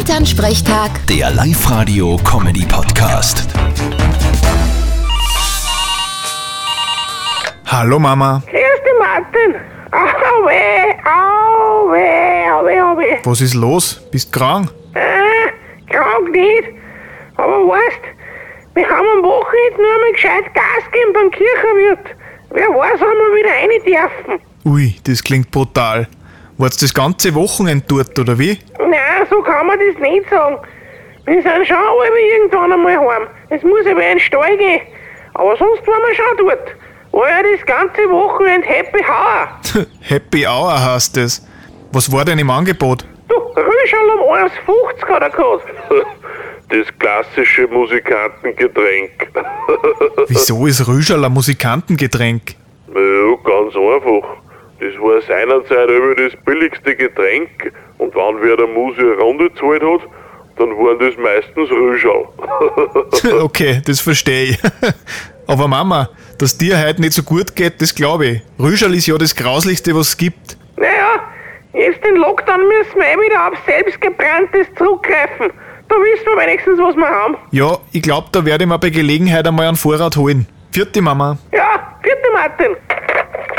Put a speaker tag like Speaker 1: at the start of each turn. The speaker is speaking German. Speaker 1: Elternsprechtag,
Speaker 2: Der Live-Radio-Comedy-Podcast.
Speaker 3: Hallo Mama,
Speaker 4: Grüß dich, Martin. Au weh, au weh, au weh, au weh.
Speaker 3: was ist los? Bist krank?
Speaker 4: Äh, krank nicht. Aber weißt, wir haben am Wochenende nur einmal gescheit Gas gegeben beim Kirchenwirt. Wer weiß, wann wir wieder rein dürfen.
Speaker 3: Ui, das klingt brutal. Wart's das ganze Wochenende dort, oder wie?
Speaker 4: Nein, so kann man das nicht sagen. Wir sind schon alle irgendwann einmal heim. Es muss aber ein Stall gehen. Aber sonst waren wir schon dort. War ja das ganze Wochenende Happy Hour.
Speaker 3: Happy Hour heißt es. Was war denn im Angebot?
Speaker 4: Du, Rüschel um 1,50 hat er gekostet.
Speaker 5: Das klassische Musikantengetränk.
Speaker 3: Wieso ist Rüschel ein Musikantengetränk?
Speaker 5: ja, ganz einfach. Das war seinerzeit über das billigste Getränk und wenn wer der Muse eine Runde gezahlt hat, dann waren das meistens Rüschau.
Speaker 3: okay, das verstehe ich. Aber Mama, dass dir heute nicht so gut geht, das glaube ich. Rüschel ist ja das Grauslichste, was es gibt.
Speaker 4: Naja, jetzt den Lockdown müssen wir eh wieder auf selbstgebranntes zurückgreifen. Da wissen wir wenigstens, was wir haben.
Speaker 3: Ja, ich glaube, da werde ich mir bei Gelegenheit einmal einen Vorrat holen. Vierte Mama.
Speaker 4: Ja, vierte Martin.